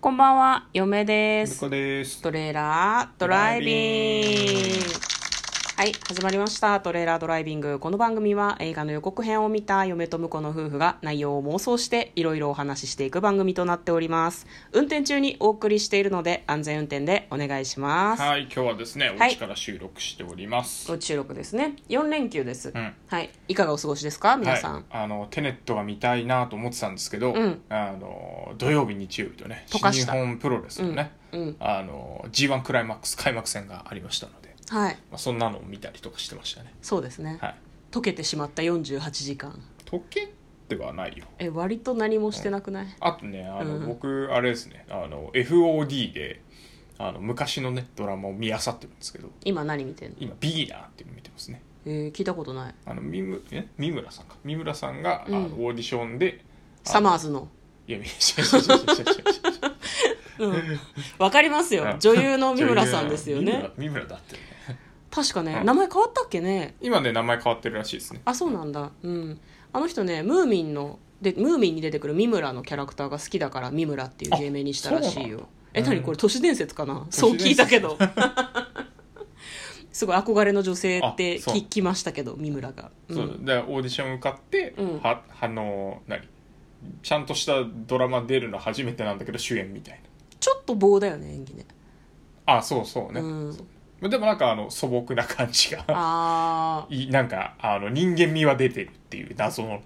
こんばんは、嫁でゆす。こです。トレーラードライビングドライビング。はい、始まりました。トレーラードライビング。この番組は映画の予告編を見た嫁と婿の夫婦が内容を妄想していろいろお話ししていく番組となっております。運転中にお送りしているので安全運転でお願いします。はい、今日はですね、はいお家から収録しております。ご収録ですね。4連休です。んはい、いかがお過ごしですか皆さん。はい、あのテネットが見たいなと思ってたんですけど、んあの土曜日日曜日とね溶新か日した本プロレスのね、うんうんあの G1 クライマックス開幕戦がありましたので、はい、まあ、そんなのを見たりとかしてましたねそうですね。はい溶けてしまった48時間。時計ではないよえ、割と何もしてなくない、あとねあの、うん僕あれですねあの FOD であの昔のねドラマを見あさってるんですけど今何見てんの今ビギナーっていうの見てますねえー、聞いたことない。あの三むえ三村さんか三村さんが、あうんのオーディションであのサマーズの。いや、違う違う違う違う違う違ううんわかりますようん女優の三村さんですよね三村三村だって確かねうん名前変わったっけね今ね名前変わってるらしいですねあそうなんだうんあの人ねムーミンのでムーミンに出てくる三村のキャラクターが好きだから三村っていう芸名にしたらしいあそうなんだよえ何うんこれ都市伝説かな都そう聞市い伝説たけ どすごい憧れの女性ってあそう聞きましたけど三村がうんそうだからオーディション受かってうんはあの何ちゃんとしたドラマ出るの初めてなんだけど主演みたいちょっと棒だよね演技ねなあそうそうねうんそうまあでもなんかあの素朴な感じがああいなんかあの人間味は出てるっていう謎の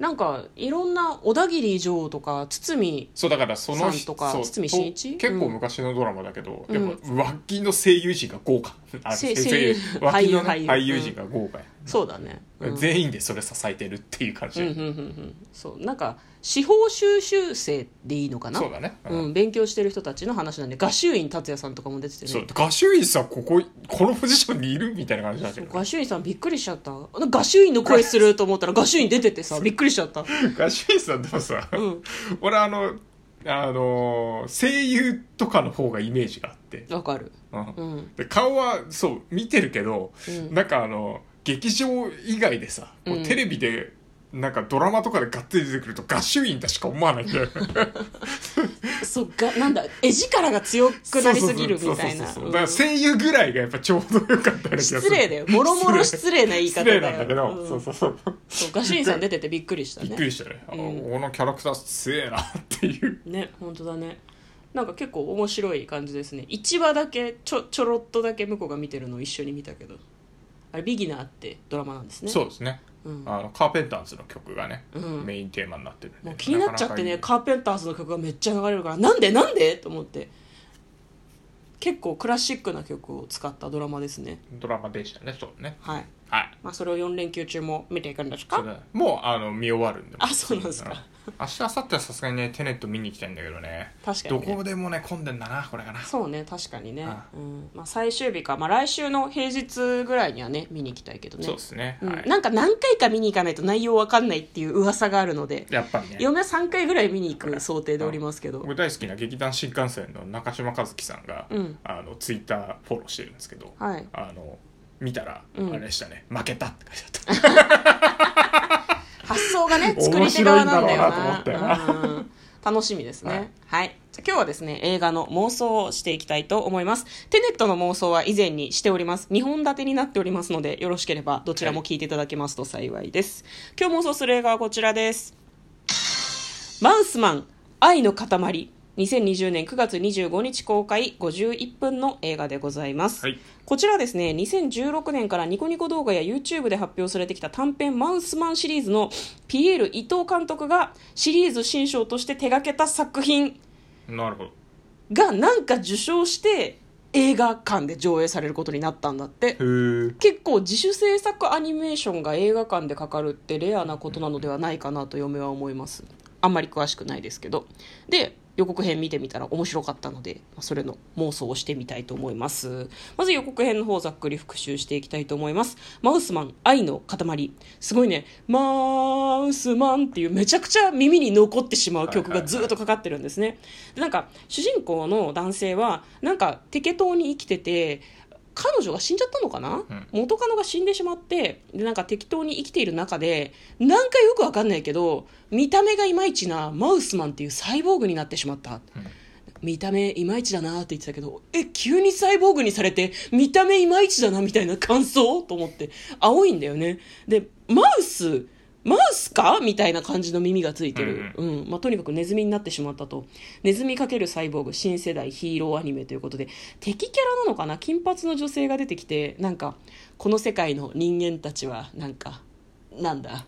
なんかいろんな小田切女王とか堤そうだからそのさんとかそう堤真一と結う構ん昔のドラマだけど、うんやっぱ脇の声優陣が豪華あせせ声優脇のね俳優俳優俳優陣が豪華や、そうだねうん全員でそれ支えてるっていう感じ、うんうんうんうんそうなんか司法修習生でいいのかなそうだね、うん、勉強してる人たちの話なんで合衆院達也さんとかも出ててねそう画集員さこここのポジションにいるみたいな感じだけど合衆院さんびっくりしちゃった合衆院の声すると思ったら合衆院出ててさびっくりしちゃった 画集員さんでもさ、うん俺あのあのー声優とかの方がイメージがあって、わかるうんうんで顔はそう見てるけど、うんなんかあの劇場以外でさ、こううんテレビでなんかドラマとかでガッて出てくると合衆院だしか思わないんだよそうがなんだ絵力が強くなりすぎるみたいなそうそうそうそううだんから声優ぐらいがやっぱちょうどよかったような気がする失礼だよもろもろ失礼な言い方失だよ礼なんだけど、うんそうそうそうそう合衆院さん出ててびっくりしたびっねくりしたね、あうんこのキャラクター強えなっていうね本当だねなんか結構面白い感じですね1話だけちょちょろっとだけ向こうが見てるのを一緒に見たけどあれ「ビギナー」ってドラマなんですね、そううですねん、もあのカーペンターズの曲がね、うんメインテーマになってるんでう気になっちゃってねなかカーペンターズの曲がめっちゃ流れるからなんでなんでと思って結構クラシックな曲を使ったドラマですねなかいいドラマでしたねそうねはい、はいまあ、それを4連休中も見ていくんですそかれでもうあの見終わるんであそうなんですかうん明日明後日はさすがにねテネット見に行きたいんだけどね確かにねどこでもね混んでんだなこれかなそうね確かにねあうんまあ、最終日か、まあ、来週の平日ぐらいにはね見に行きたいけどねそうですね、うんはいなんか何回か見に行かないと内容わかんないっていう噂があるので、やっぱりね嫁は3回ぐらい見に行く想定でおりますけど、僕大好きな劇団新幹線の中島和樹さんが、うんあのツイッターフォローしてるんですけど、はいあの見たら、うんあれでしたね負けたって書いてあった発想がね作り手側なんだよ面な白いんだろうなとうん楽しみですはねいはい、じゃあ今日はですね映画の妄想をしていきたいと思いますテネットの妄想は以前にしております2本立てになっておりますのでよろしければどちらも聞いていただけますと幸いです、今日妄想する映画はこちらですマウスマン愛の塊2020年9月25日公開51分の映画でござい ます、はいこちらはですね2016年からニコニコ動画や YouTube で発表されてきた短編「マウスマン」シリーズのピエール伊藤監督がシリーズ新章として手掛けた作品なるほどがなんか受賞して映画館で上映されることになったんだってへえ結構自主制作アニメーションが映画館でかかるってレアなことなのではないかなと嫁は思いますあんまり詳しくないですけどで予告編見てみたら面白かったのでまあそれの妄想をしてみたいと思いますまず予告編の方をざっくり復習していきたいと思いますマウスマン愛の塊すごいねマウスマンっていうめちゃくちゃ耳に残ってしまう曲がずっとかかってるんですねでなんか主人公の男性はなんかテケ島に生きてて彼女が死んじゃったのかな、うん元カノが死んでしまってでなんか適当に生きている中でなんかよくわかんないけど見た目がいまいちなマウスマンっていうサイボーグになってしまった、見た目いまいちだなって言ってたけどえ急にサイボーグにされて見た目いまいちだなみたいな感想と思って青いんだよねでマウスマウスかみたいな感じの耳がついてる、うんまあ、とにかくネズミになってしまったとネズミ×サイボーグ新世代ヒーローアニメということで敵キャラなのかな金髪の女性が出てきてなんかこの世界の人間たちはなんかなんだ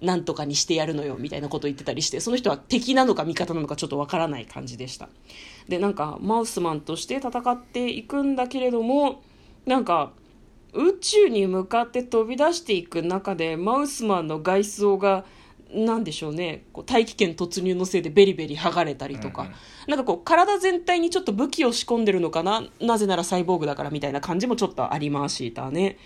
なんとかにしてやるのよみたいなこと言ってたりしてその人は敵なのか味方なのかちょっとわからない感じでしたでなんかマウスマンとして戦っていくんだけれどもなんか宇宙に向かって飛び出していく中でマウスマンの外装がなんでしょうねこう大気圏突入のせいでベリベリ剥がれたりとか、うんうんなんかこう体全体にちょっと武器を仕込んでるのかななぜならサイボーグだからみたいな感じもちょっとありましたね。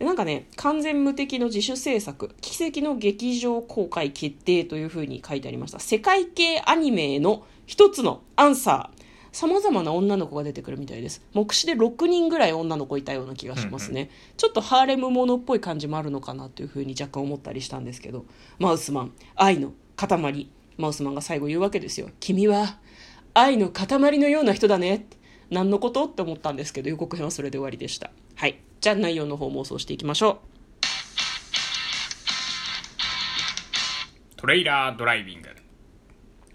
でなんかね完全無敵の自主制作「奇跡の劇場公開決定」というふうに書いてありました世界系アニメへの一つのアンサーさまざまな女の子が出てくるみたいです目視で6人ぐらい女の子いたような気がしますね、ちょっとハーレムものっぽい感じもあるのかなというふうに若干思ったりしたんですけどマウスマン愛の塊マウスマンが最後言うわけですよ「君は愛の塊のような人だね」って何のことって思ったんですけど予告編はそれで終わりでしたはいじゃあ内容の方妄想していきましょトレイラードライビング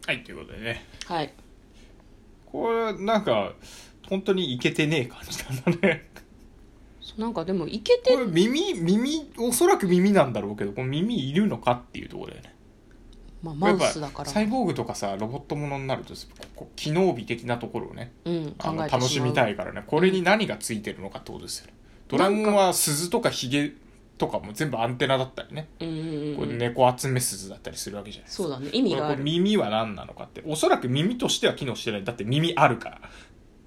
はいということでねうはいこれなんか本当にいけてねえ感じなんだねそうなんかでもいけてこれ耳耳おそらく耳なんだろうけどこの耳いるのかっていうところだよねまあ、マウスやだっぱからサイボーグとかさロボットものになるとこう機能美的なところをねうん考えてしあまのう楽しみたいからねこれに何がついてるのかってことですよねドラムは鈴とかヒゲとかも全部アンテナだったりねうんうんこうれん猫集め鈴だったりするわけじゃないですかそうだね意味こがあれこれる耳は何なのかっておそらく耳としては機能してないだって耳あるから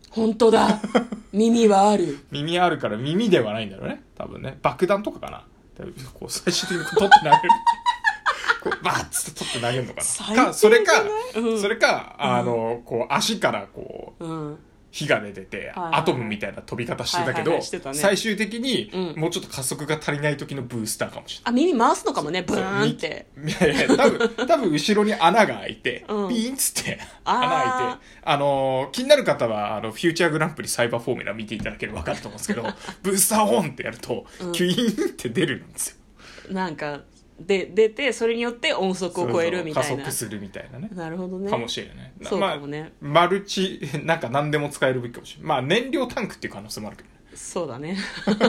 本当 だ耳はある耳あるから耳ではないんだろうね多分ね爆弾とかかな多分こう最終的にこう取って投げる こうバーッつって取って投げるのか最低なかそれかじゃないうんそれかあのこう足からこううん火が出てて、はいはいアトムみたいな飛び方してたけはいはど、いはいしてたね最終的にうんもうちょっと加速が足りない時のブースターかもしれなあい耳回すのかもねブーンっていやいや、多分、多分後ろに穴が開いて、うんピーンっつって、あー穴開いて、あのー気になる方は、あの、フューチャーグランプリサイバーフォーミュラ見ていただければ分かると思う んですけど、ブースターオンってやると、うんキュイーンって出るんですよ。なんかで出てそれによって音速を超えるみたいそうそうな加速するみたいなね。なるほどねかもしれない。そうまあかもねマルチ、なんか何でも使えるべきかもしれない。まあ、燃料タンクっていう可能性もあるけどね。そうだね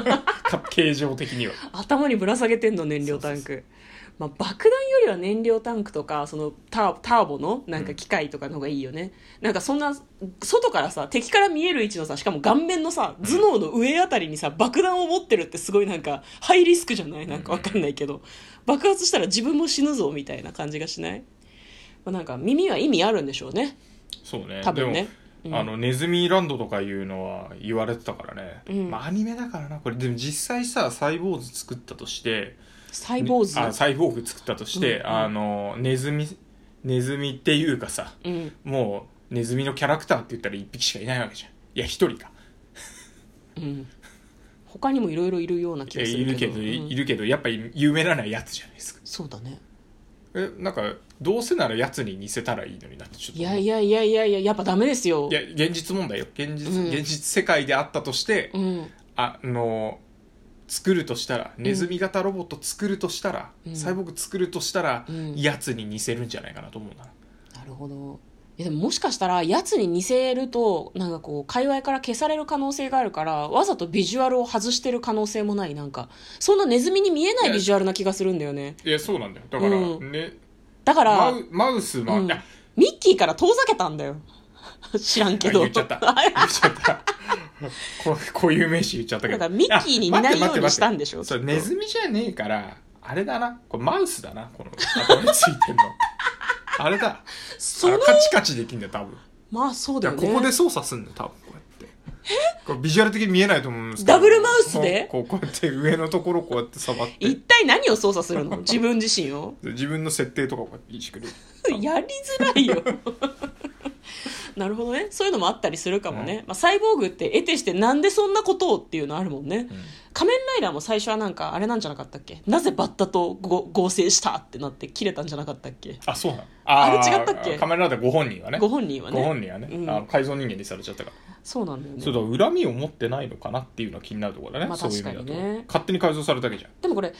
か形状的には。頭にぶら下げてんの燃料タンクそうまあ、爆弾よりは燃料タンクとかそのターターボのなんか機械とかの方がいいよね、なんかそんな外からさ敵から見える位置のさしかも顔面のさ頭脳の上あたりにさ爆弾を持ってるってすごいなんかハイリスクじゃないなんかわかんないけど爆発したら自分も死ぬぞみたいな感じがしない、まあ、なんか耳は意味あるんでしょうねそうね。多分ねでもあのネズミランドとかいうのは言われてたからね、うんまあアニメだからなこれでも実際さサイボーズ作ったとしてサイボーズあサイボーグ作ったとしうんて、うんあのネズミネズミっていうかさうんもうネズミのキャラクターって言ったら1匹しかいないわけじゃんいや1人かうん他にもいろいろいるような気えがすいるるけけどど、うんいるけどやっぱり有名なのはやつじゃないですかそうだねえなんかどうせならやつに似せたらいいのになってちょっといやいやいやいやいややっぱダメですよいや現実問題よ現実、うん現実世界であったとして、うんあの作るとしたらネズミ型ロボット作るとしたら、うんサイボーグ作るとしたら、うんやつに似せるんじゃないかなと思うななるほどいやでももしかしたらやつに似せるとなんかこう界隈から消される可能性があるからわざとビジュアルを外してる可能性もないなんかそんなネズミに見えないビジュアルな気がするんだよねいやそうなんだよだから、うねだかマらウマウスマン、うんいやミッキーから遠ざけたんだよ 知らんけど言っち ゃった言っちゃったここういう名詞言っちゃったけどだからミッキーに似ないあ待ってように待ってしたんでしょ待っきってそとれネズミじゃねえからあれだなこれマウスだなこの頭につい てんのあれだそのあカチカチできんだよ多分まあそういだやよねここで操作すんの多分こうやってこれビジュアル的に見えないと思うんですけどダブルマウスでこうこうこうやって上のところこうやって触っ一て体何を操作するの自分自身を 自分の設定とかこうやっていじくるやりづらいよなるほどねそういうのもあったりするかもね、まあ、サイボーグって得てしてなんでそんなことをっていうのあるもんね、仮面ライダーも最初はなんかあれなんじゃなかったっけなぜバッタとご合成したってなって切れたんじゃなかったっけあそうなのあれー違ったっけ仮面ライダーご本人はねご本人はねご本人はね、うんあの改造人間にされちゃったから、そうなんだよねそれだから恨みを持ってないのかなっていうのは気になるところだね、まあそういう意味だと、確かにね勝手に改造されただけじゃんでもこれ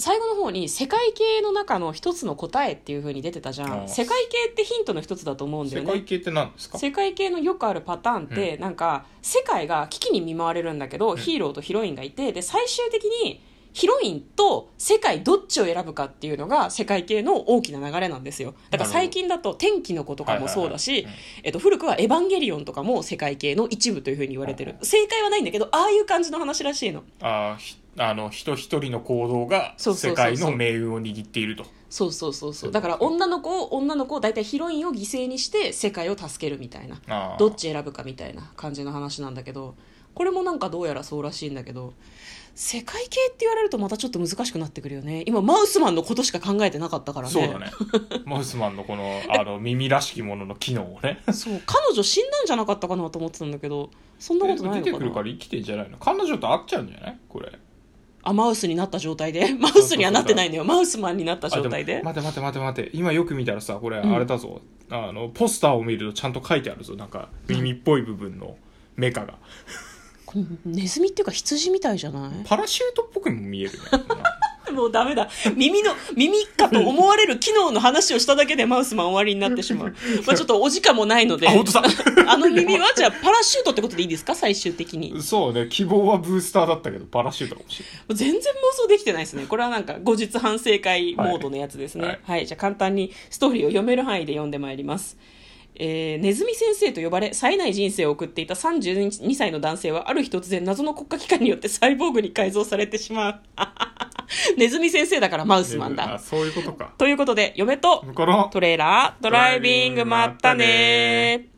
最後の方に世界系の中の一つの答えっていう風に出てたじゃあーん世界系ってヒントの一つだと思うんだよ世ね界系って何ですか世界系のよくあるパターンって、なんか世界が危機に見舞われるんだけど、んヒーローとヒロインがいてで最終的にヒロインと世界どっちを選ぶかっていうのが世界系の大きな流れなんですよだから最近だと「天気の子」とかもそうだはいしはいはいえっと古くは「エヴァンゲリオン」とかも世界系の一部というふうに言われてる正解はないんだけどああいう感じの話らしいのあーひあの人一人の行動がそうそうそ世うそう界の命運を握っているとそうそうそうそうそうだから女の子を女の子を大体ヒロインを犠牲にして世界を助けるみたいなあーどっち選ぶかみたいな感じの話なんだけどこれもなんかどうやらそうらしいんだけど世界系って言われるとまたちょっと難しくなってくるよね今マウスマンのことしか考えてなかったからねそうだね マウスマンのこのあの耳らしきものの機能をねそう彼女死んだんじゃなかったかなと思ってたんだけどそんなことない出てのくかなるから生きてんじゃないの彼女と会っちゃうんじゃないこれあマウスになった状態で マウスにはなってないのよマウスマンになった状態であも待て待て待て待て今よく見たらさこれんあれだぞ、あのポスターを見るとちゃんと書いてあるぞなんか耳っぽい部分のメカがこネズミっていうか羊みたいじゃないパラシュートっぽくも見えるねもうダメだ耳の耳かと思われる機能の話をしただけでマウスマン終わりになってし まう、まあ、ちょっとお時間もないのであ本当だあの耳はじゃあパラシュートってことでいいですか最終的に。もそうね希望はブースターだったけどパラシュートかもしれないう全然妄想できてないですね。これはなんか後日反省会モードのやつですね。ははいい、じゃあ簡単にストーリーを読める範囲で読んでまいります。えーネズミ先生と呼ばれ冴えない人生を送っていた32歳の男性はある日突然謎の国家機関によってサイボーグに改造されてしまう ネズミ先生だからマウスマンあだそういうことかということで嫁とこのトレーラードライビングまったねー